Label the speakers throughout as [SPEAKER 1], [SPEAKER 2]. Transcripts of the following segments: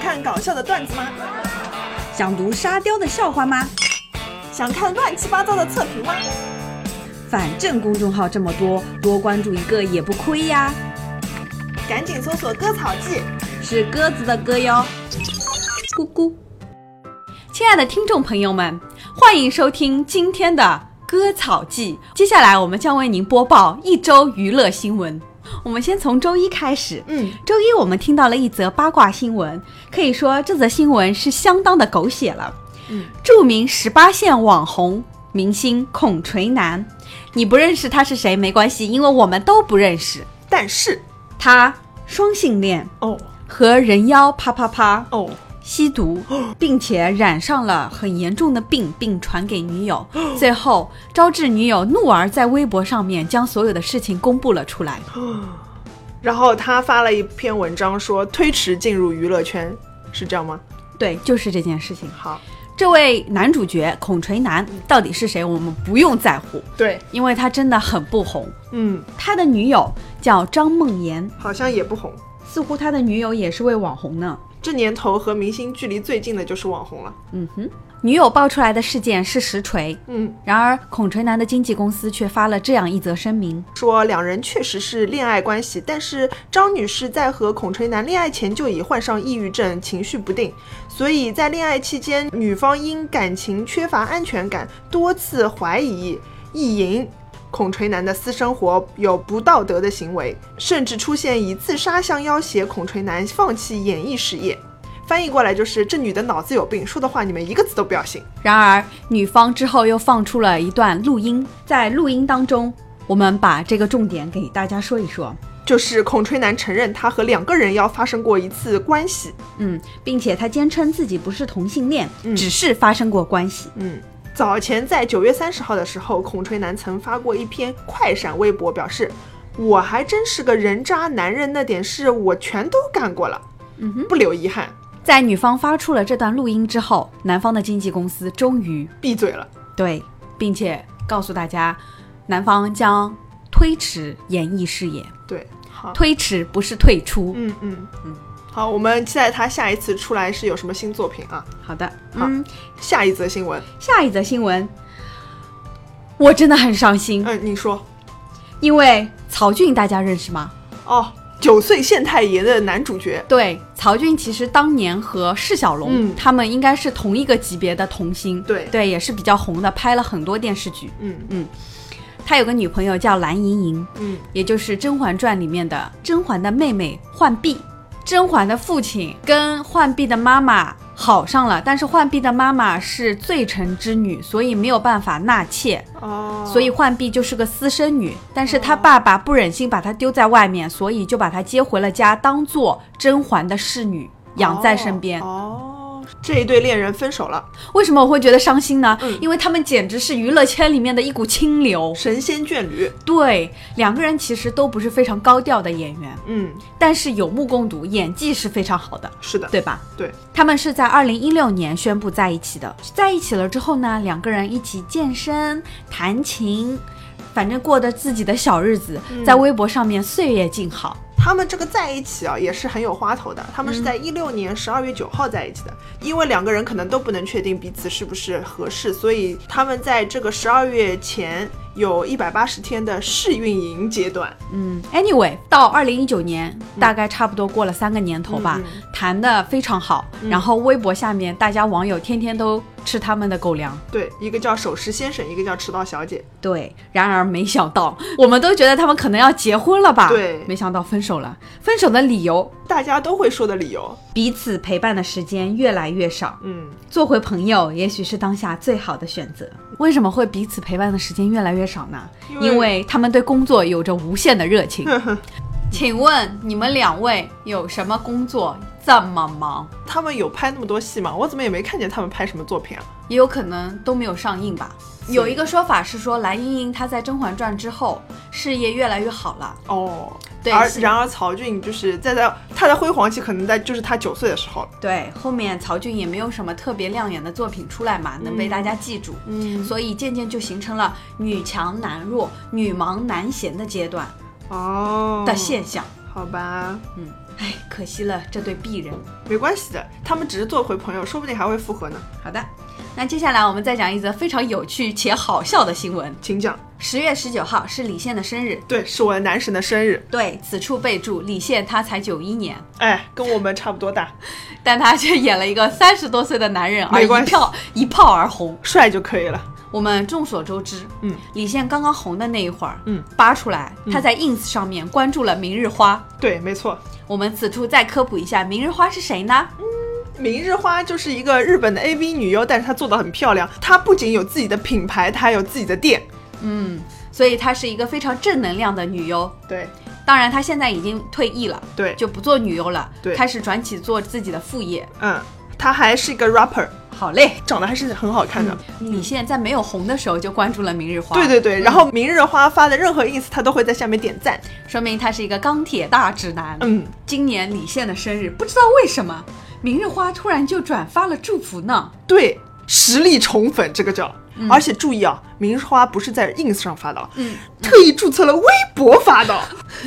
[SPEAKER 1] 看搞笑的段子吗？
[SPEAKER 2] 想读沙雕的笑话吗？
[SPEAKER 1] 想看乱七八糟的测评吗？
[SPEAKER 2] 反正公众号这么多，多关注一个也不亏呀。
[SPEAKER 1] 赶紧搜索“割草记
[SPEAKER 2] 是鸽子的歌哟，咕咕。亲爱的听众朋友们，欢迎收听今天的《割草记》。接下来我们将为您播报一周娱乐新闻。我们先从周一开始”。。
[SPEAKER 1] 嗯，
[SPEAKER 2] 周一我们听到了一则八卦新闻，可以说这则新闻是相当的狗血了。
[SPEAKER 1] 嗯，
[SPEAKER 2] 著名十八线网红明星孔锤男，你不认识他是谁没关系，因为我们都不认识。
[SPEAKER 1] 但是
[SPEAKER 2] 他双性恋，
[SPEAKER 1] 哦
[SPEAKER 2] 和人妖啪啪啪
[SPEAKER 1] 哦，
[SPEAKER 2] 吸毒，并且染上了很严重的病，并传给女友，最后招致女友怒而在微博上面将所有的事情公布了出来。
[SPEAKER 1] 然后他发了一篇文章说推迟进入娱乐圈，是这样吗？
[SPEAKER 2] 对，就是这件事情。
[SPEAKER 1] 好，
[SPEAKER 2] 这位男主角孔锤男到底是谁，我们不用在乎，
[SPEAKER 1] 对，
[SPEAKER 2] 因为他真的很不红。
[SPEAKER 1] 嗯，
[SPEAKER 2] 他的女友叫张梦妍，
[SPEAKER 1] 好像也不红。
[SPEAKER 2] 似乎他的女友也是位网红呢。
[SPEAKER 1] 这年头和明星距离最近的就是网红了。
[SPEAKER 2] 嗯哼，女友爆出来的事件是实锤，
[SPEAKER 1] 嗯，
[SPEAKER 2] 然而孔锤男的经纪公司却发了这样一则声明：
[SPEAKER 1] 说两人确实是恋爱关系，但是张女士在和孔锤男恋爱前就已患上抑郁症，情绪不定，所以在恋爱期间，女方因感情缺乏安全感，多次怀疑、意淫。孔锤男的私生活有不道德的行为，甚至出现以自杀相要挟孔锤男放弃演艺事业。翻译过来就是这女的脑子有病，说的话你们一个字都不要信。
[SPEAKER 2] 然而，女方之后又放出了一段录音，在录音当中，我们把这个重点给大家说一说。
[SPEAKER 1] 就是孔锤男承认他和两个人要发生过一次关系，
[SPEAKER 2] 嗯，并且他坚称自己不是同性恋，只是发生过关系。
[SPEAKER 1] 嗯，早前在九月三十号的时候，孔锤男曾发过一篇快闪微博，表示我还真是个人渣男人，那点事我全都干过了，嗯哼，不留遗憾，
[SPEAKER 2] 在女方发出了这段录音之后，男方的经纪公司终于
[SPEAKER 1] 闭嘴了。
[SPEAKER 2] 对，并且告诉大家，男方将推迟演艺事业。
[SPEAKER 1] 对，好，
[SPEAKER 2] 推迟不是退出。
[SPEAKER 1] 嗯嗯嗯，好，我们期待他下一次出来是有什么新作品啊。
[SPEAKER 2] 好的，
[SPEAKER 1] 好
[SPEAKER 2] 嗯，
[SPEAKER 1] 下一则新闻，
[SPEAKER 2] 下一则新闻，我真的很伤心，
[SPEAKER 1] 嗯，你说，
[SPEAKER 2] 因为曹俊大家认识吗？
[SPEAKER 1] 哦，九岁县太爷的男主角，
[SPEAKER 2] 对，曹俊其实当年和释小龙、
[SPEAKER 1] 嗯
[SPEAKER 2] 他们应该是同一个级别的童星，
[SPEAKER 1] 对
[SPEAKER 2] 对，也是比较红的，拍了很多电视剧。
[SPEAKER 1] 嗯
[SPEAKER 2] 他有个女朋友叫蓝盈莹，
[SPEAKER 1] 嗯，
[SPEAKER 2] 也就是《甄嬛传》里面的甄嬛的妹妹浣碧。甄嬛的父亲跟浣碧的妈妈好上了，但是浣碧的妈妈是罪臣之女，所以没有办法纳妾，
[SPEAKER 1] 哦，
[SPEAKER 2] 所以浣碧就是个私生女。但是她爸爸不忍心把她丢在外面，所以就把她接回了家，当做甄嬛的侍女养在身边。
[SPEAKER 1] 哦，哦这一对恋人分手了，
[SPEAKER 2] 为什么我会觉得伤心呢
[SPEAKER 1] 嗯？
[SPEAKER 2] 因为他们简直是娱乐圈里面的一股清流。
[SPEAKER 1] 神仙眷侣，
[SPEAKER 2] 对，两个人其实都不是非常高调的演员，
[SPEAKER 1] 嗯，
[SPEAKER 2] 但是有目共睹，演技是非常好的，
[SPEAKER 1] 是的，
[SPEAKER 2] 对吧？
[SPEAKER 1] 对，
[SPEAKER 2] 他们是在二零一六年宣布在一起的，在一起了之后呢，两个人一起健身、弹琴，反正过着自己的小日子，
[SPEAKER 1] 嗯
[SPEAKER 2] 在微博上面岁月静好。
[SPEAKER 1] 他们这个在一起啊，也是很有花头的。他们是在
[SPEAKER 2] 嗯
[SPEAKER 1] 一六年十二月九号在一起的，因为两个人可能都不能确定彼此是不是合适，所以他们在这个十二月前有一百八十天的试运营阶段。
[SPEAKER 2] 嗯，anyway，到二零一九年，大概差不多过了三个年头
[SPEAKER 1] 嗯
[SPEAKER 2] 吧，谈的非常好。然后微博下面大家网友天天都吃他们的狗粮。
[SPEAKER 1] 对，一个叫守时先生，一个叫迟到小姐。
[SPEAKER 2] 对，然而没想到，我们都觉得他们可能要结婚了吧？
[SPEAKER 1] 对
[SPEAKER 2] 没想到分手了。分手的理由，
[SPEAKER 1] 大家都会说的理由，
[SPEAKER 2] 彼此陪伴的时间越来越少，
[SPEAKER 1] 嗯，
[SPEAKER 2] 做回朋友也许是当下最好的选择。为什么会彼此陪伴的时间越来越少呢？
[SPEAKER 1] 因为
[SPEAKER 2] 因为他们对工作有着无限的热 情。请问你们两位有什么工作这么忙？
[SPEAKER 1] 他们有拍那么多戏吗？我怎么也没看见他们拍什么作品啊？
[SPEAKER 2] 也有可能都没有上映吧。
[SPEAKER 1] 所以
[SPEAKER 2] 有一个说法是说，蓝盈莹她在《甄嬛传》之后事业越来越好了，
[SPEAKER 1] 哦，
[SPEAKER 2] 对
[SPEAKER 1] 而
[SPEAKER 2] 是
[SPEAKER 1] 然而曹俊就是在在他的辉煌期，可能在就是他九岁的时候了。
[SPEAKER 2] 对，后面曹俊也没有什么特别亮眼的作品出来嘛，能被大家记住，
[SPEAKER 1] 嗯，
[SPEAKER 2] 所以渐渐就形成了女强男弱、女忙男闲的阶段
[SPEAKER 1] 哦，
[SPEAKER 2] 的现象。
[SPEAKER 1] 好吧，
[SPEAKER 2] 嗯，哎，可惜了这对璧人。
[SPEAKER 1] 没关系的，他们只是做回朋友，说不定还会复合呢。
[SPEAKER 2] 好的，那接下来我们再讲一则非常有趣且好笑的新闻。
[SPEAKER 1] 请讲。
[SPEAKER 2] 十月十九号是李现的生日，
[SPEAKER 1] 对，是我的男神的生日，
[SPEAKER 2] 对此处备注：李现他才九一年，
[SPEAKER 1] 哎，跟我们差不多大，
[SPEAKER 2] 但他却演了一个三十多岁的男人，而
[SPEAKER 1] 没
[SPEAKER 2] 一
[SPEAKER 1] 关系
[SPEAKER 2] 票一炮而红。
[SPEAKER 1] 帅就可以了。
[SPEAKER 2] 我们众所周知，
[SPEAKER 1] 嗯，
[SPEAKER 2] 李现刚刚红的那一会儿，
[SPEAKER 1] 嗯，
[SPEAKER 2] 扒出来他在 ins 上面关注了明日花。
[SPEAKER 1] 对，没错，
[SPEAKER 2] 我们此处再科普一下，明日花是谁呢？
[SPEAKER 1] 嗯明日花就是一个日本的 AV 女优，但是她做的很漂亮。她不仅有自己的品牌，她还有自己的店。
[SPEAKER 2] 嗯所以她是一个非常正能量的女优。
[SPEAKER 1] 对
[SPEAKER 2] 当然，她现在已经退役了，
[SPEAKER 1] 对，
[SPEAKER 2] 就不做女优了，
[SPEAKER 1] 对
[SPEAKER 2] 开始转起做自己的副业。
[SPEAKER 1] 嗯，她还是一个 rapper，
[SPEAKER 2] 好嘞，
[SPEAKER 1] 长得还是很好看的。
[SPEAKER 2] 李现在没有红的时候就关注了明日
[SPEAKER 1] 嗯
[SPEAKER 2] 花，
[SPEAKER 1] 对，对对，然后明日花发的任何 ins，她都会在下面点赞。
[SPEAKER 2] 说明他是一个钢铁大直男。
[SPEAKER 1] 嗯，
[SPEAKER 2] 今年李现的生日，不知道为什么，明日花突然就转发了祝福呢。
[SPEAKER 1] 对，实力宠粉这个叫。而且注意啊，明日花不是在 ins 上发的，啊
[SPEAKER 2] 嗯，
[SPEAKER 1] 特意注册了微博发的。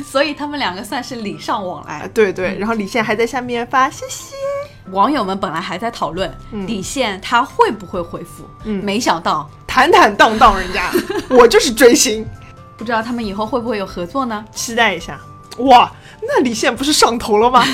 [SPEAKER 2] 所以他们两个算是礼尚往
[SPEAKER 1] 啊
[SPEAKER 2] 来。
[SPEAKER 1] 对对，然后李现还在下面发谢谢。
[SPEAKER 2] 网友们本来还在讨论、
[SPEAKER 1] 嗯
[SPEAKER 2] 李现他会不会回复，没想到
[SPEAKER 1] 坦坦荡荡，人家我就是追星，
[SPEAKER 2] 不知道他们以后会不会有合作呢？
[SPEAKER 1] 期待一下。哇，那李现不是上头了吗？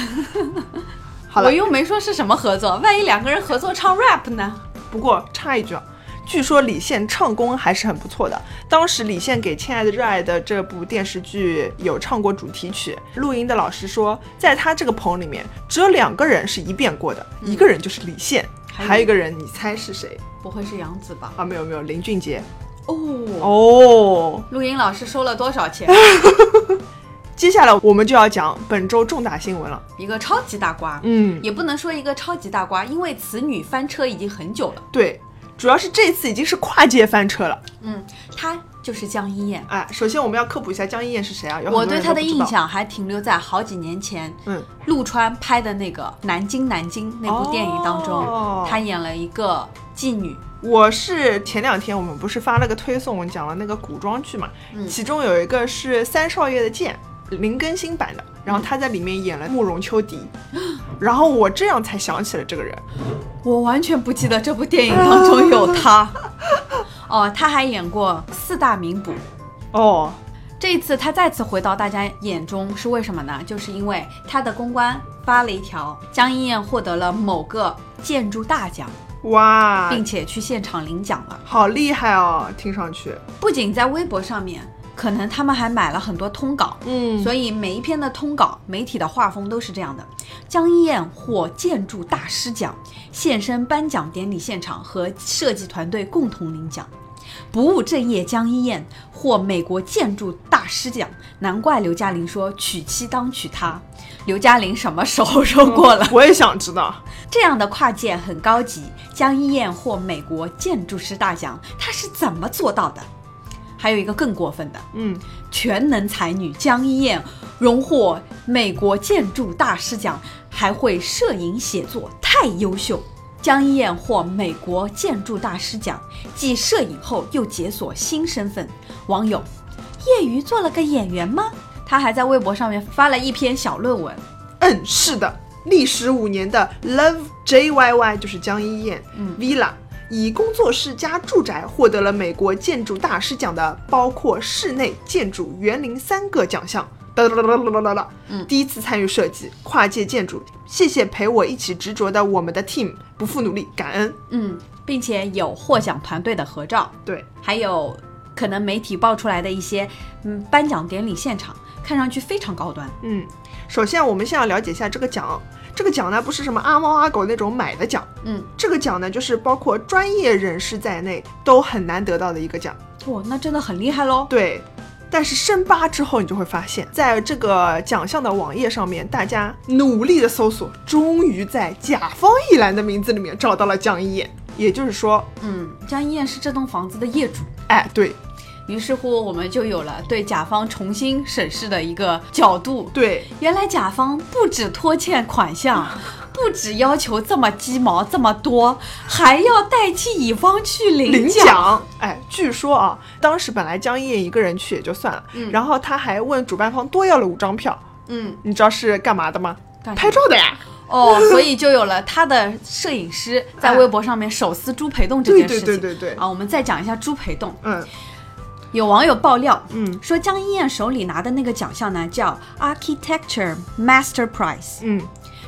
[SPEAKER 1] 好了
[SPEAKER 2] 我，又没说是什么合作，万一两个人合作唱 rap 呢？
[SPEAKER 1] 不过插一句啊，据说李现唱功还是很不错的。当时李现给《亲爱的热爱的》这部电视剧有唱过主题曲，录音的老师说，在他这个棚里面，只有两个人是一遍过的，一个人就是李现，
[SPEAKER 2] 嗯还有
[SPEAKER 1] 还有一个人你猜是谁
[SPEAKER 2] 不会是杨紫吧？
[SPEAKER 1] 啊？没有没有，林俊杰。
[SPEAKER 2] 哦，
[SPEAKER 1] 哦，
[SPEAKER 2] 录音老师收了多少钱？
[SPEAKER 1] 接下来我们就要讲本周重大新闻了。
[SPEAKER 2] 一个超级大瓜。
[SPEAKER 1] 嗯，
[SPEAKER 2] 也不能说一个超级大瓜，因为此女翻车已经很久了。
[SPEAKER 1] 对，主要是这次已经是跨界翻车了。
[SPEAKER 2] 嗯，她就是江一燕。
[SPEAKER 1] 哎，首先我们要科普一下江一燕是谁啊？有很多
[SPEAKER 2] 我对
[SPEAKER 1] 人
[SPEAKER 2] 她
[SPEAKER 1] 都
[SPEAKER 2] 的
[SPEAKER 1] 不知
[SPEAKER 2] 印
[SPEAKER 1] 道，
[SPEAKER 2] 象还停留在好几年前，
[SPEAKER 1] 嗯，
[SPEAKER 2] 陆川拍的那个《南京南京》那部电影当中，
[SPEAKER 1] 哦
[SPEAKER 2] 她演了一个妓女。
[SPEAKER 1] 我是前两天我们不是发了个推送，讲了那个古装剧嘛，
[SPEAKER 2] 嗯
[SPEAKER 1] 其中有一个是三少爷的剑，林更新版的，然后他在里面演了慕容秋 迪，然后我这样才想起了这个人，
[SPEAKER 2] 我完全不记得这部电影当中有她。 哦，她还演过《四大名捕》。
[SPEAKER 1] 哦，
[SPEAKER 2] 这一次她再次回到大家眼中是为什么呢？就是因为她的公关发了一条，江一燕获得了某个建筑大奖。
[SPEAKER 1] 哇，
[SPEAKER 2] 并且去现场领奖了。
[SPEAKER 1] 好厉害哦，听上去，
[SPEAKER 2] 不仅在微博上面，可能他们还买了很多通稿，
[SPEAKER 1] 嗯，
[SPEAKER 2] 所以每一篇的通稿，媒体的画风都是这样的。江一燕获建筑大师奖，现身颁奖典礼现场和设计团队共同领奖。不务正业江一燕获美国建筑大师奖，难怪刘嘉玲说娶妻当娶她。刘嘉玲什么时候说过了？
[SPEAKER 1] 我也想知道，
[SPEAKER 2] 这样的跨界很高级，江一燕获美国建筑师大奖，她是怎么做到的？还有一个更过分的，
[SPEAKER 1] 嗯，
[SPEAKER 2] 全能才女江一燕荣获美国建筑大师奖，还会摄影写作，太优秀。江一燕获美国建筑大师奖，继摄影后又解锁新身份。网友，业余做了个演员吗？她还在微博上面发了一篇小论文，
[SPEAKER 1] 嗯，是的，历时五年的 Love JYY 就是江一燕、
[SPEAKER 2] 嗯
[SPEAKER 1] Villa，以工作室加住宅获得了美国建筑大师奖的，包括室内建筑、园林三个奖项。哒哒哒哒哒哒哒哒
[SPEAKER 2] 嗯
[SPEAKER 1] 第一次参与设计，跨界建筑，谢谢陪我一起执着的我们的 team，不负努力，感恩。
[SPEAKER 2] 嗯，并且有获奖团队的合照。
[SPEAKER 1] 对，
[SPEAKER 2] 还有可能媒体爆出来的一些，嗯，颁奖典礼现场看上去非常高端。
[SPEAKER 1] 嗯，首先我们先要了解一下这个奖，这个奖呢不是什么阿猫阿狗那种买的奖，
[SPEAKER 2] 嗯，
[SPEAKER 1] 这个奖呢就是包括专业人士在内都很难得到的一个奖。
[SPEAKER 2] 哇，那真的很厉害喽。
[SPEAKER 1] 对，但是深扒之后，你就会发现，在这个奖项的网页上面，大家努力的搜索，终于在甲方一栏的名字里面找到了江一燕。也就是说，
[SPEAKER 2] 嗯，江一燕是这栋房子的业主，
[SPEAKER 1] 哎，对
[SPEAKER 2] 于是乎我们就有了对甲方重新审视的一个角度。
[SPEAKER 1] 对，
[SPEAKER 2] 原来甲方不止拖欠款 项，不止要求这么鸡毛这么多，还要代替乙方去领
[SPEAKER 1] 领
[SPEAKER 2] 奖。
[SPEAKER 1] 奖。哎，据说啊，当时本来江一燕一个人去也就算了，
[SPEAKER 2] 嗯
[SPEAKER 1] 然后他还问主办方多要了五张票，
[SPEAKER 2] 嗯，
[SPEAKER 1] 你知道是干嘛的吗？
[SPEAKER 2] 干什
[SPEAKER 1] 拍
[SPEAKER 2] 么
[SPEAKER 1] 照的呀。
[SPEAKER 2] 哦，所以就有了他的摄影师在微博上面手撕朱培栋这
[SPEAKER 1] 对
[SPEAKER 2] 件事
[SPEAKER 1] 对
[SPEAKER 2] 情。
[SPEAKER 1] 对对对，
[SPEAKER 2] 啊，我们再讲一下朱培栋。
[SPEAKER 1] 嗯
[SPEAKER 2] 有网友爆料，
[SPEAKER 1] 嗯
[SPEAKER 2] 说江一燕手里拿的那个奖项呢，叫 Architecture Master Prize。
[SPEAKER 1] 嗯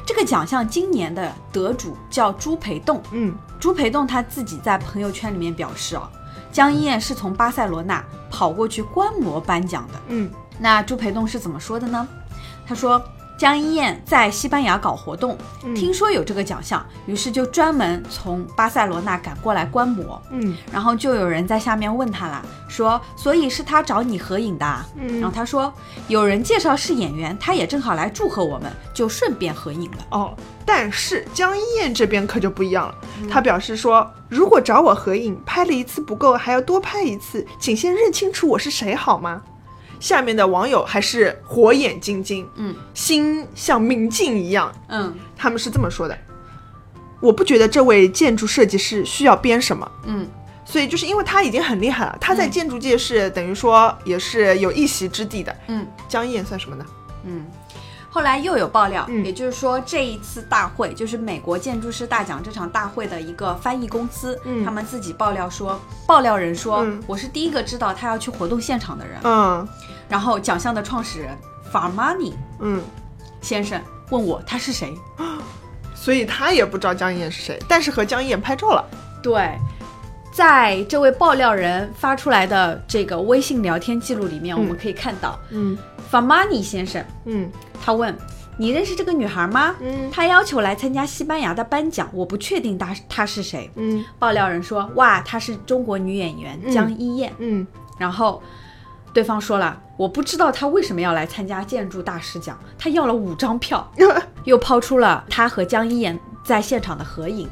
[SPEAKER 2] 这个奖项今年的得主叫朱培栋。
[SPEAKER 1] 嗯，
[SPEAKER 2] 朱培栋他自己在朋友圈里面表示哦，江一燕是从巴塞罗那跑过去观摩颁奖的。
[SPEAKER 1] 嗯
[SPEAKER 2] 那朱培栋是怎么说的呢？他说。江一燕在西班牙搞活动，
[SPEAKER 1] 嗯
[SPEAKER 2] 听说有这个奖项，于是就专门从巴塞罗那赶过来观摩。
[SPEAKER 1] 嗯
[SPEAKER 2] 然后就有人在下面问他啦，说所以是他找你合影的啊、然后
[SPEAKER 1] 嗯，
[SPEAKER 2] 他说有人介绍是演员，他也正好来祝贺我们，就顺便合影了。
[SPEAKER 1] 哦，但是江一燕这边可就不一样了，她表示说，如果找我合影，拍了一次不够，还要多拍一次，请先认清楚我是谁好吗？下面的网友还是火眼金睛，
[SPEAKER 2] 嗯
[SPEAKER 1] 心像明镜一样，
[SPEAKER 2] 嗯
[SPEAKER 1] 他们是这么说的：我不觉得这位建筑设计师需要编什么，
[SPEAKER 2] 嗯
[SPEAKER 1] 所以就是因为他已经很厉害了，他在建筑界是、等于说也是有一席之地的。
[SPEAKER 2] 嗯
[SPEAKER 1] 江一燕算什么呢？
[SPEAKER 2] 嗯。后来又有爆料，
[SPEAKER 1] 嗯
[SPEAKER 2] 也就是说这一次大会就是美国建筑师大奖这场大会的一个翻译公司，
[SPEAKER 1] 嗯
[SPEAKER 2] 他们自己爆料说，爆料人说、
[SPEAKER 1] 嗯
[SPEAKER 2] 我是第一个知道他要去活动现场的人。
[SPEAKER 1] 嗯
[SPEAKER 2] 然后奖项的创始人 Farmani
[SPEAKER 1] 嗯，
[SPEAKER 2] 先生问我他是谁，
[SPEAKER 1] 所以他也不知道江一燕是谁，但是和江一燕拍照了。
[SPEAKER 2] 对，在这位爆料人发出来的这个微信聊天记录里面，我们可以看到、
[SPEAKER 1] 嗯
[SPEAKER 2] Famani 先生，
[SPEAKER 1] 嗯
[SPEAKER 2] 他问你认识这个女孩吗？
[SPEAKER 1] 嗯
[SPEAKER 2] 她要求来参加西班牙的颁奖，我不确定她她是谁。
[SPEAKER 1] 嗯
[SPEAKER 2] 爆料人说，哇，她是中国女演员
[SPEAKER 1] 嗯
[SPEAKER 2] 江一燕。
[SPEAKER 1] 嗯
[SPEAKER 2] 然后对方说了，我不知道她为什么要来参加建筑大师奖，她要了五张票，又抛出了她和江一燕在现场的合影。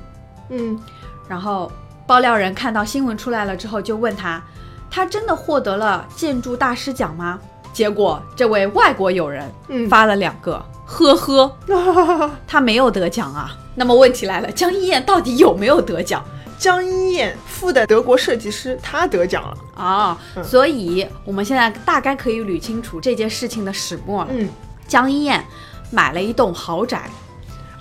[SPEAKER 1] 嗯
[SPEAKER 2] 然后爆料人看到新闻出来了之后，就问他，他真的获得了建筑大师奖吗？结果这位外国友人
[SPEAKER 1] 嗯，
[SPEAKER 2] 发了两个，呵呵，他没有得奖啊。那么问题来了，江一燕到底有没有得奖
[SPEAKER 1] 江一燕附的德国设计师，他得奖了。
[SPEAKER 2] 啊、
[SPEAKER 1] 嗯
[SPEAKER 2] 所以我们现在大概可以捋清楚这件事情的始末了。
[SPEAKER 1] 嗯，
[SPEAKER 2] 江一燕买了一栋豪宅，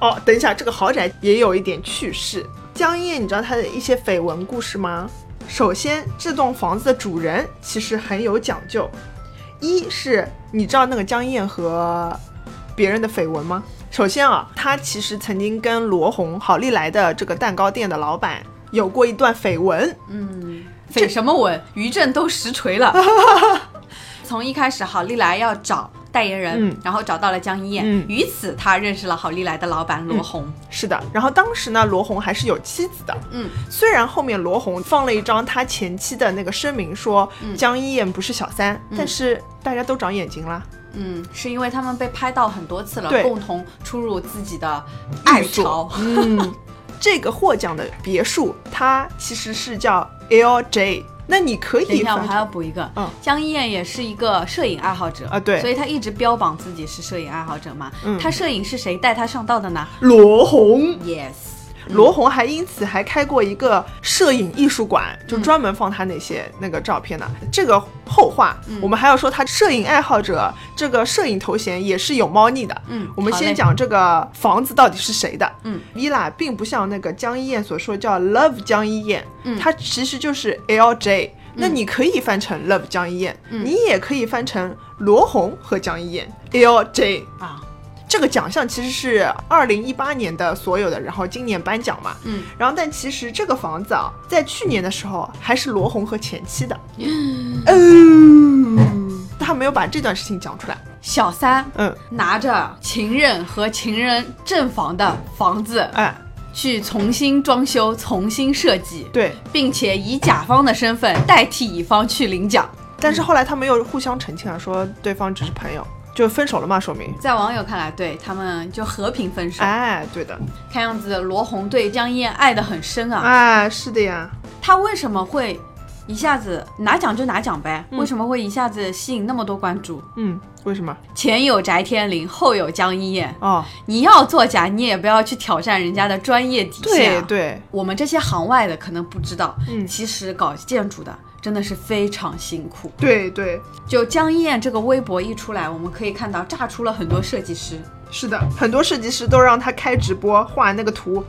[SPEAKER 1] 哦，等一下，这个豪宅也有一点趣事。江一燕，你知道她的一些绯闻故事吗？首先，这栋房子的主人其实很有讲究。一是你知道那个江一燕和别人的绯闻吗？首先啊，她其实曾经跟罗红好利来的这个蛋糕店的老板有过一段绯闻。
[SPEAKER 2] 嗯，匪什么文？于正都实锤 了。 从一开始，郝丽来要找代言人，
[SPEAKER 1] 嗯
[SPEAKER 2] 然后找到了江一燕，
[SPEAKER 1] 嗯
[SPEAKER 2] 于此他认识了郝丽来的老板罗红。
[SPEAKER 1] 是的，然后当时呢，罗红还是有妻子的。
[SPEAKER 2] 嗯
[SPEAKER 1] 虽然后面罗红放了一张他前妻的那个声明说、
[SPEAKER 2] 嗯
[SPEAKER 1] 江一燕不是小三，但是大家都长眼睛啦。
[SPEAKER 2] 嗯是因为他们被拍到很多次了，
[SPEAKER 1] 对
[SPEAKER 2] 共同出入自己的爱巢。
[SPEAKER 1] 嗯， 这个获奖的别墅它其实是叫 LJ，那你可
[SPEAKER 2] 等一
[SPEAKER 1] 以
[SPEAKER 2] 下，我
[SPEAKER 1] 翻
[SPEAKER 2] 还要补一个，
[SPEAKER 1] 嗯
[SPEAKER 2] 江一燕也是一个摄影爱好者
[SPEAKER 1] 啊对
[SPEAKER 2] 所以她一直标榜自己是摄影爱好者嘛。
[SPEAKER 1] 嗯
[SPEAKER 2] 她摄影是谁带她上道的呢
[SPEAKER 1] 罗红，
[SPEAKER 2] ？Yes，
[SPEAKER 1] 罗红还因此还开过一个摄影艺术馆，就
[SPEAKER 2] 嗯
[SPEAKER 1] 专门放他那些、那个照片的。这个后话，
[SPEAKER 2] 嗯
[SPEAKER 1] 我们还要说他摄影爱好者这个摄影头衔也是有猫腻的。
[SPEAKER 2] 嗯
[SPEAKER 1] 我们
[SPEAKER 2] 好嘞
[SPEAKER 1] 先讲这个房子到底是谁的。
[SPEAKER 2] 嗯
[SPEAKER 1] ，villa 并不像那个江一燕所说叫 Love 江一燕，
[SPEAKER 2] 嗯
[SPEAKER 1] 它其实就是 LJ。那你可以翻成 Love 江一燕，
[SPEAKER 2] 嗯
[SPEAKER 1] 你也可以翻成罗红和江一燕 LJ。
[SPEAKER 2] 啊，
[SPEAKER 1] 这个奖项其实是二零一八年的所有的，然后今年颁奖嘛。
[SPEAKER 2] 嗯，
[SPEAKER 1] 然后但其实这个房子啊，在去年的时候还是罗红和前妻的。嗯，他没有把这段事情讲出来。
[SPEAKER 2] 小三
[SPEAKER 1] 嗯，
[SPEAKER 2] 拿着情人和情人正房的房子
[SPEAKER 1] 哎，
[SPEAKER 2] 去重新装修、重新设计，
[SPEAKER 1] 对。
[SPEAKER 2] 并且以甲方的身份代替乙方去领奖。
[SPEAKER 1] 但是后来他们又互相澄清了，啊说对方只是朋友，就分手了嘛，说明。
[SPEAKER 2] 在网友看来，对他们就和平分手。
[SPEAKER 1] 哎，对的，
[SPEAKER 2] 看样子罗红对江一燕爱得很深啊。
[SPEAKER 1] 哎，是的呀，
[SPEAKER 2] 他为什么会一下子拿奖就拿奖呗？
[SPEAKER 1] 嗯
[SPEAKER 2] 为什么会一下子吸引那么多关注？
[SPEAKER 1] 嗯，为什么？
[SPEAKER 2] 前有翟天临，后有江一燕。
[SPEAKER 1] 哦，
[SPEAKER 2] 你要作假，你也不要去挑战人家的专业底线、啊
[SPEAKER 1] 对。对，
[SPEAKER 2] 我们这些行外的可能不知道，
[SPEAKER 1] 嗯
[SPEAKER 2] 其实搞建筑的真的是非常辛苦。
[SPEAKER 1] 对对，
[SPEAKER 2] 就江一燕这个微博一出来，我们可以看到炸出了很多设计师，
[SPEAKER 1] 是的，很多设计师都让他开直播画那个图，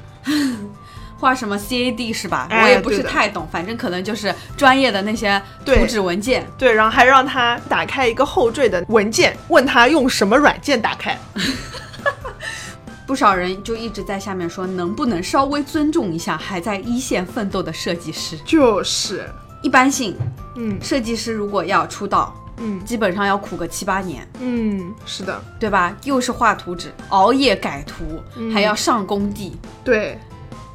[SPEAKER 2] 画什么 CAD 是吧？
[SPEAKER 1] 哎
[SPEAKER 2] 我也不是
[SPEAKER 1] 对的
[SPEAKER 2] 太懂，反正可能就是专业的那些
[SPEAKER 1] 对
[SPEAKER 2] 图纸文件。
[SPEAKER 1] 对，然后还让他打开一个后缀的文件，问他用什么软件打开。
[SPEAKER 2] 不少人就一直在下面说，能不能稍微尊重一下还在一线奋斗的设计师？
[SPEAKER 1] 就是，
[SPEAKER 2] 一般性，
[SPEAKER 1] 嗯
[SPEAKER 2] 设计师如果要出道，
[SPEAKER 1] 嗯
[SPEAKER 2] 基本上要苦个七八年，
[SPEAKER 1] 嗯，是的，
[SPEAKER 2] 对吧？又是画图纸，熬夜改图，
[SPEAKER 1] 嗯
[SPEAKER 2] 还要上工地
[SPEAKER 1] 对，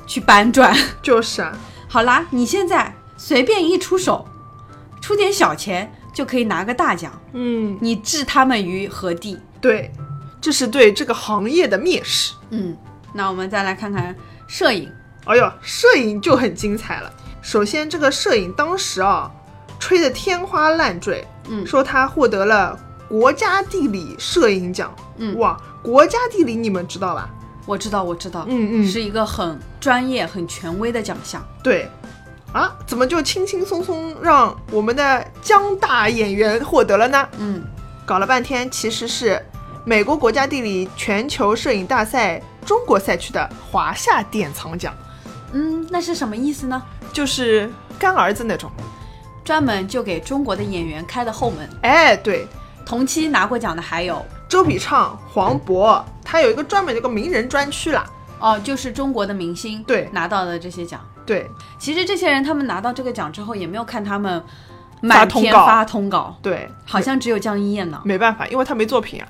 [SPEAKER 2] 去搬砖。
[SPEAKER 1] 就是啊，
[SPEAKER 2] 好啦，你现在随便一出手，出点小钱就可以拿个大奖，
[SPEAKER 1] 嗯，
[SPEAKER 2] 你置他们于何地？
[SPEAKER 1] 对，这是对这个行业的蔑视。
[SPEAKER 2] 嗯，那我们再来看看摄影，
[SPEAKER 1] 哎呦，摄影就很精彩了。首先，这个摄影当时啊，吹得天花乱坠，
[SPEAKER 2] 嗯
[SPEAKER 1] 说他获得了国家地理摄影奖，
[SPEAKER 2] 嗯
[SPEAKER 1] 哇，国家地理你们知道吧？
[SPEAKER 2] 我知道，我知道，
[SPEAKER 1] 嗯嗯
[SPEAKER 2] 是一个很专业、很权威的奖项。
[SPEAKER 1] 对，啊，怎么就轻轻松松让我们的江大演员获得了呢？
[SPEAKER 2] 嗯，
[SPEAKER 1] 搞了半天，其实是美国国家地理全球摄影大赛中国赛区的华夏典藏奖，
[SPEAKER 2] 嗯，那是什么意思呢？
[SPEAKER 1] 就是干儿子那种。
[SPEAKER 2] 专门就给中国的演员开的后门。
[SPEAKER 1] 哎，对，
[SPEAKER 2] 同期拿过奖的还有，
[SPEAKER 1] 周笔畅、黄渤，他有一个专门的一个名人专区啦。
[SPEAKER 2] 哦，就是中国的明星
[SPEAKER 1] 对
[SPEAKER 2] 拿到的这些奖。
[SPEAKER 1] 对
[SPEAKER 2] 其实这些人他们拿到这个奖之后，也没有看他们
[SPEAKER 1] 发
[SPEAKER 2] 满
[SPEAKER 1] 通
[SPEAKER 2] 天
[SPEAKER 1] 告
[SPEAKER 2] 发通稿，
[SPEAKER 1] 对，
[SPEAKER 2] 好像只有江一燕呢。
[SPEAKER 1] 没办法，因为他没作品啊。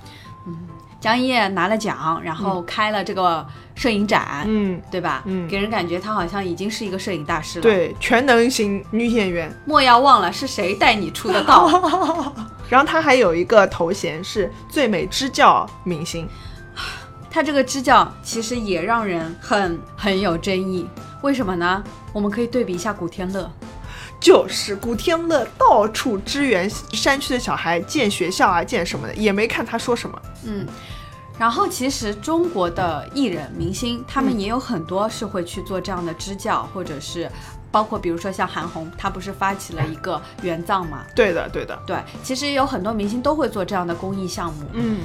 [SPEAKER 2] 江一燕拿了奖，然后开了这个摄影展，
[SPEAKER 1] 嗯，
[SPEAKER 2] 对吧？
[SPEAKER 1] 嗯
[SPEAKER 2] 给人感觉她好像已经是一个摄影大师了。，
[SPEAKER 1] 对，全能型女演员。
[SPEAKER 2] 莫要忘了是谁带你出的道。
[SPEAKER 1] 然后她还有一个头衔是最美支教明星。
[SPEAKER 2] 他这个支教其实也让人很很有争议，为什么呢？我们可以对比一下古天乐，
[SPEAKER 1] 就是古天乐到处支援山区的小孩建学校啊，建什么的，也没看他说什么。
[SPEAKER 2] 嗯，然后其实中国的艺人明星，他们也有很多是会去做这样的支教，或者是包括比如说像韩红，她不是发起了一个援藏嘛？
[SPEAKER 1] 对的，对的，
[SPEAKER 2] 对，其实有很多明星都会做这样的公益项目，
[SPEAKER 1] 嗯，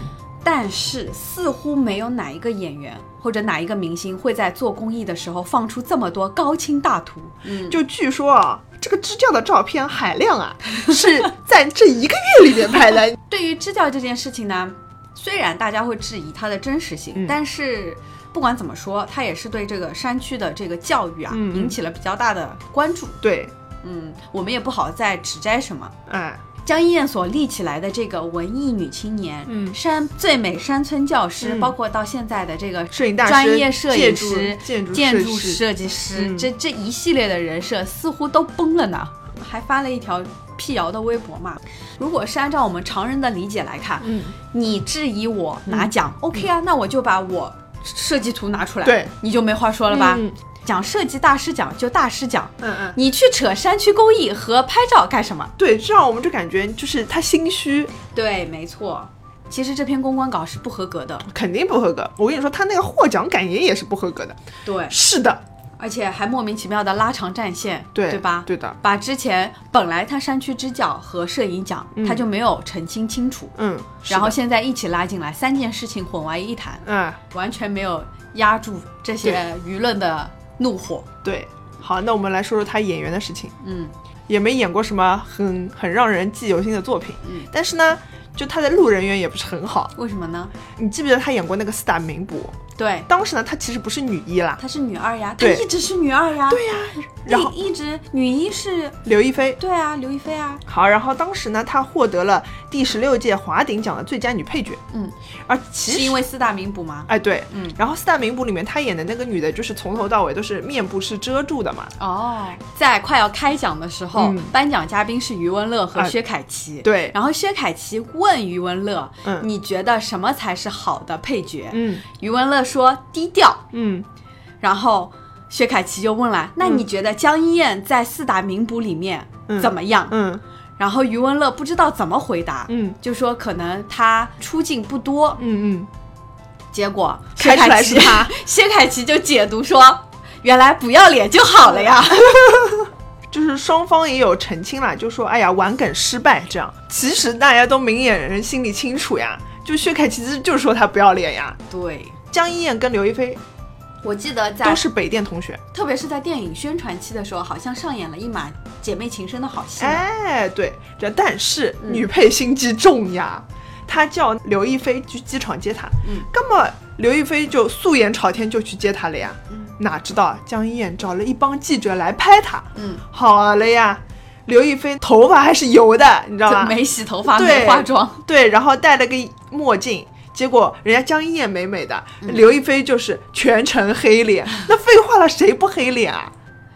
[SPEAKER 2] 但是似乎没有哪一个演员或者哪一个明星会在做公益的时候放出这么多高清大图。嗯，
[SPEAKER 1] 就据说啊，这个支教的照片海量啊，是在这一个月里面拍的。
[SPEAKER 2] 对于支教这件事情呢，虽然大家会质疑它的真实性，
[SPEAKER 1] 嗯
[SPEAKER 2] 但是不管怎么说，它也是对这个山区的这个教育啊，
[SPEAKER 1] 嗯嗯
[SPEAKER 2] 引起了比较大的关注。
[SPEAKER 1] 对，
[SPEAKER 2] 嗯，我们也不好再指摘什么。
[SPEAKER 1] 哎，
[SPEAKER 2] 江一燕所立起来的这个文艺女青年，
[SPEAKER 1] 嗯
[SPEAKER 2] 山最美山村教师，
[SPEAKER 1] 嗯
[SPEAKER 2] 包括到现在的这个
[SPEAKER 1] 摄影大师、
[SPEAKER 2] 专业摄
[SPEAKER 1] 建
[SPEAKER 2] 影
[SPEAKER 1] 筑
[SPEAKER 2] 师、
[SPEAKER 1] 建筑
[SPEAKER 2] 建筑
[SPEAKER 1] 师，
[SPEAKER 2] 设计师，
[SPEAKER 1] 嗯
[SPEAKER 2] 这这一系列的人设似乎都崩了呢，还发了一条辟谣的微博嘛。如果是按照我们常人的理解来看，
[SPEAKER 1] 嗯，
[SPEAKER 2] 你质疑我拿奖、o k 啊，那我就把我设计图拿出来，
[SPEAKER 1] 对，
[SPEAKER 2] 你就没话说了吧？
[SPEAKER 1] 嗯
[SPEAKER 2] 讲设计大师奖就大师奖，
[SPEAKER 1] 嗯嗯，
[SPEAKER 2] 你去扯山区公益和拍照干什么？
[SPEAKER 1] 对，这样我们就感觉就是他心虚，
[SPEAKER 2] 对，没错。其实这篇公关稿是不合格的，
[SPEAKER 1] 肯定不合格。我跟你说，他那个获奖感言也是不合格的。
[SPEAKER 2] 对，
[SPEAKER 1] 是的，
[SPEAKER 2] 而且还莫名其妙的拉长战线，
[SPEAKER 1] 对，
[SPEAKER 2] 对吧？
[SPEAKER 1] 对的，
[SPEAKER 2] 把之前本来他山区支教和摄影奖，
[SPEAKER 1] 嗯
[SPEAKER 2] 他就没有澄清清楚，
[SPEAKER 1] 嗯，是
[SPEAKER 2] 然后
[SPEAKER 1] 的，
[SPEAKER 2] 现在一起拉进来，三件事情混为一谈，
[SPEAKER 1] 嗯，
[SPEAKER 2] 完全没有压住这些舆论的怒火。
[SPEAKER 1] 对。好，那我们来说说他演员的事情。
[SPEAKER 2] 嗯，
[SPEAKER 1] 也没演过什么很很让人记犹新的作品。
[SPEAKER 2] 嗯，
[SPEAKER 1] 但是呢，就他的路人缘也不是很好。
[SPEAKER 2] 为什么呢？
[SPEAKER 1] 你记不记得他演过那个《四大名捕》？
[SPEAKER 2] 对，
[SPEAKER 1] 当时呢，他其实不是女一啦，
[SPEAKER 2] 她是女二呀，她
[SPEAKER 1] 对
[SPEAKER 2] 一直是女二呀，对呀、
[SPEAKER 1] 然后
[SPEAKER 2] 一一直女一是，
[SPEAKER 1] 刘亦菲。
[SPEAKER 2] 对啊，刘亦菲啊，
[SPEAKER 1] 好，然后当时呢，她获得了第十六届华鼎奖的最佳女配角。
[SPEAKER 2] 嗯，
[SPEAKER 1] 而
[SPEAKER 2] 是
[SPEAKER 1] 其
[SPEAKER 2] 因
[SPEAKER 1] 实，
[SPEAKER 2] 为四大名捕吗？
[SPEAKER 1] 哎，对，
[SPEAKER 2] 嗯，
[SPEAKER 1] 然后《四大名捕》里面她演的那个女的，就是从头到尾都是面部是遮住的嘛。
[SPEAKER 2] 哦，在快要开奖的时候，
[SPEAKER 1] 嗯
[SPEAKER 2] 颁奖嘉宾是余文乐和
[SPEAKER 1] 啊
[SPEAKER 2] 薛凯琪。
[SPEAKER 1] 对，
[SPEAKER 2] 然后薛凯琪问余文乐：“
[SPEAKER 1] 嗯
[SPEAKER 2] 你觉得什么才是好的配角？”
[SPEAKER 1] 嗯
[SPEAKER 2] 余文乐说：“低调。
[SPEAKER 1] 嗯，”
[SPEAKER 2] 然后薛凯琪就问了：“那你觉得江一燕在四大名捕里面
[SPEAKER 1] 嗯
[SPEAKER 2] 怎么样？”
[SPEAKER 1] 嗯
[SPEAKER 2] 然后余文乐不知道怎么回答，
[SPEAKER 1] 嗯
[SPEAKER 2] 就说可能他出镜不多。
[SPEAKER 1] 嗯嗯，
[SPEAKER 2] 结果薛
[SPEAKER 1] 开出
[SPEAKER 2] 凯
[SPEAKER 1] 来
[SPEAKER 2] 琪
[SPEAKER 1] 是他，
[SPEAKER 2] 薛凯琪就解读说：“原来不要脸就好 了呀。”
[SPEAKER 1] 就是双方也有澄清啦，就说哎呀玩梗失败这样，其实大家都明眼人心里清楚呀，就薛凯琪就说她不要脸呀。
[SPEAKER 2] 对，
[SPEAKER 1] 江一燕跟刘亦菲
[SPEAKER 2] 我记得在
[SPEAKER 1] 都是北电同学，
[SPEAKER 2] 特别是在电影宣传期的时候，好像上演了一码姐妹情深的好戏呢。
[SPEAKER 1] 哎，对，这但是
[SPEAKER 2] 嗯
[SPEAKER 1] 女配心机重呀，她叫刘亦菲去机场接她，
[SPEAKER 2] 嗯，
[SPEAKER 1] 那么刘亦菲就素颜朝天就去接她了呀，
[SPEAKER 2] 嗯
[SPEAKER 1] 哪知道江一燕找了一帮记者来拍她，
[SPEAKER 2] 嗯，
[SPEAKER 1] 好了呀，刘亦菲头发还是油的，你知道
[SPEAKER 2] 就
[SPEAKER 1] 吧？
[SPEAKER 2] 没洗头发，
[SPEAKER 1] 对
[SPEAKER 2] 没化妆，
[SPEAKER 1] 啊对，然后戴了个墨镜。结果人家江一燕美美的，
[SPEAKER 2] 嗯
[SPEAKER 1] 刘亦菲就是全程黑 脸。那废话了，谁不黑脸啊？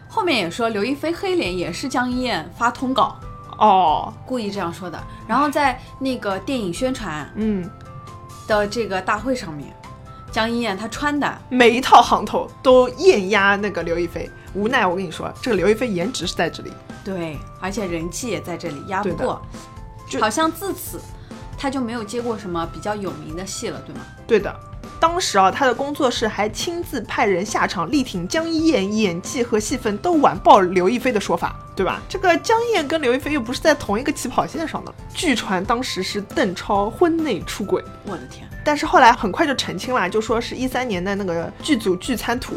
[SPEAKER 2] 后面也说刘亦菲黑脸也是江一燕发通稿
[SPEAKER 1] 哦，
[SPEAKER 2] 故意这样说的。然后在那个电影宣传
[SPEAKER 1] 嗯，
[SPEAKER 2] 的这个大会上面，江一燕她穿的
[SPEAKER 1] 每一套行头都艳压那个刘亦菲。无奈我跟你说，这个刘亦菲颜值是在这里。
[SPEAKER 2] 对，而且人气也在这里压不
[SPEAKER 1] 对的
[SPEAKER 2] 过，
[SPEAKER 1] 就
[SPEAKER 2] 好像自此她就没有接过什么比较有名的戏了，对吗？
[SPEAKER 1] 对的，当时啊，她的工作室还亲自派人下场力挺江一燕演技和戏份都完爆刘亦菲的说法，对吧？这个江一燕跟刘亦菲又不是在同一个起跑线上的。据传当时是邓超婚内出轨。
[SPEAKER 2] 我的天，
[SPEAKER 1] 但是后来很快就澄清了，就说是一三年的那个剧组聚餐图，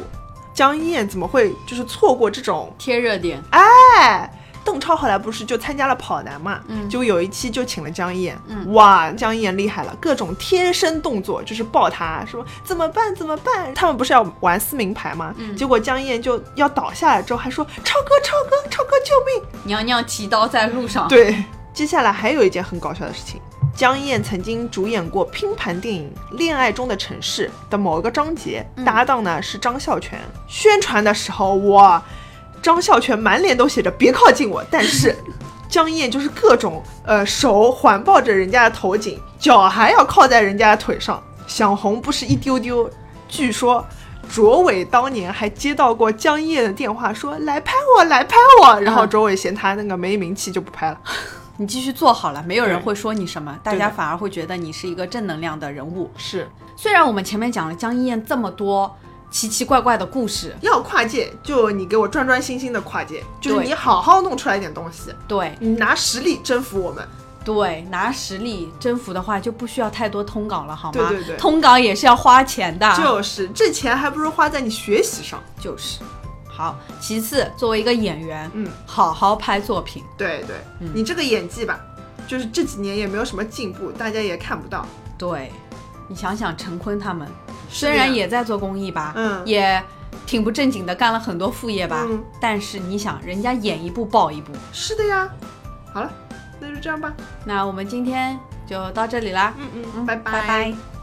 [SPEAKER 1] 江一燕怎么会就是错过这种？
[SPEAKER 2] 贴热点，
[SPEAKER 1] 哎，邓超后来不是就参加了跑男嘛，
[SPEAKER 2] 嗯
[SPEAKER 1] 就有一期就请了江一燕，
[SPEAKER 2] 嗯
[SPEAKER 1] 哇，江一燕厉害了，各种贴身动作就是抱他，说怎么办怎么办？他们不是要玩撕名牌嘛，
[SPEAKER 2] 嗯
[SPEAKER 1] 结果江一燕就要倒下来之后还说超哥超哥超哥救命！
[SPEAKER 2] 娘娘提刀在路上，
[SPEAKER 1] 对，接下来还有一件很搞笑的事情，江一燕曾经主演过拼盘电影《恋爱中的城市》的某一个章节，
[SPEAKER 2] 嗯
[SPEAKER 1] 搭档呢是张孝全。宣传的时候，哇，张孝全满脸都写着“别靠近我”，但是江一燕就是各种呃手环抱着人家的头颈，脚还要靠在人家的腿上，想红不是一丢丢。据说。卓伟当年还接到过江一燕的电话，说来拍我，来拍我。然后
[SPEAKER 2] 嗯
[SPEAKER 1] 卓伟嫌他那个没名气，就不拍了。
[SPEAKER 2] 你继续做好了，没有人
[SPEAKER 1] 对
[SPEAKER 2] 会说你什么，大
[SPEAKER 1] 对的
[SPEAKER 2] 家反而会觉得你是一个正能量的人物。
[SPEAKER 1] 是
[SPEAKER 2] 虽然我们前面讲了江一燕这么多奇奇怪怪的故事，
[SPEAKER 1] 要跨界，就你给我专专心心的跨界，就是
[SPEAKER 2] 对
[SPEAKER 1] 你好好弄出来点东西，
[SPEAKER 2] 对
[SPEAKER 1] 你拿实力征服我们。
[SPEAKER 2] 对，拿实力征服的话就不需要太多通稿了，好吗？
[SPEAKER 1] 对对对
[SPEAKER 2] 通稿也是要花钱的，
[SPEAKER 1] 就是这钱还不如花在你学习上。
[SPEAKER 2] 就是。好，其次，作为一个演员，
[SPEAKER 1] 嗯，
[SPEAKER 2] 好好拍作品，
[SPEAKER 1] 对对，
[SPEAKER 2] 嗯
[SPEAKER 1] 你这个演技吧，就是这几年也没有什么进步，大家也看不到。
[SPEAKER 2] 对，你想想陈坤他们，虽
[SPEAKER 1] 的呀
[SPEAKER 2] 然也在做公益吧，
[SPEAKER 1] 嗯
[SPEAKER 2] 也挺不正经的干了很多副业吧，
[SPEAKER 1] 嗯
[SPEAKER 2] 但是你想，人家演一部爆一部。
[SPEAKER 1] 是的呀。好了，那就这样吧。
[SPEAKER 2] 那我们今天就到这里啦，
[SPEAKER 1] 嗯嗯，
[SPEAKER 2] 嗯，
[SPEAKER 1] 拜
[SPEAKER 2] 拜拜